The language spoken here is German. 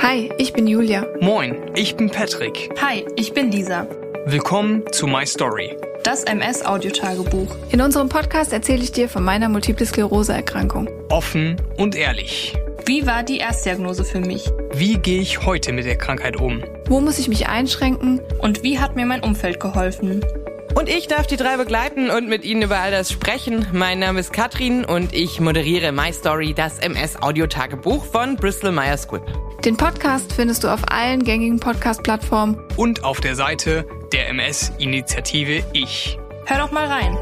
Hi, ich bin Julia. Moin, ich bin Patrick. Hi, ich bin Lisa. Willkommen zu My Story. Das MS-Audiotagebuch. In unserem Podcast erzähle ich dir von meiner Multiple Sklerose-Erkrankung. Offen und ehrlich. Wie war die Erstdiagnose für mich? Wie gehe ich heute mit der Krankheit um? Wo muss ich mich einschränken? Und wie hat mir mein Umfeld geholfen? Und ich darf die drei begleiten und mit ihnen über all das sprechen. Mein Name ist Katrin und ich moderiere My Story, das MS-Audiotagebuch von Bristol Myers Squibb. Den Podcast findest du auf allen gängigen Podcast-Plattformen. Und auf der Seite der MS-Initiative Ich. Hör doch mal rein.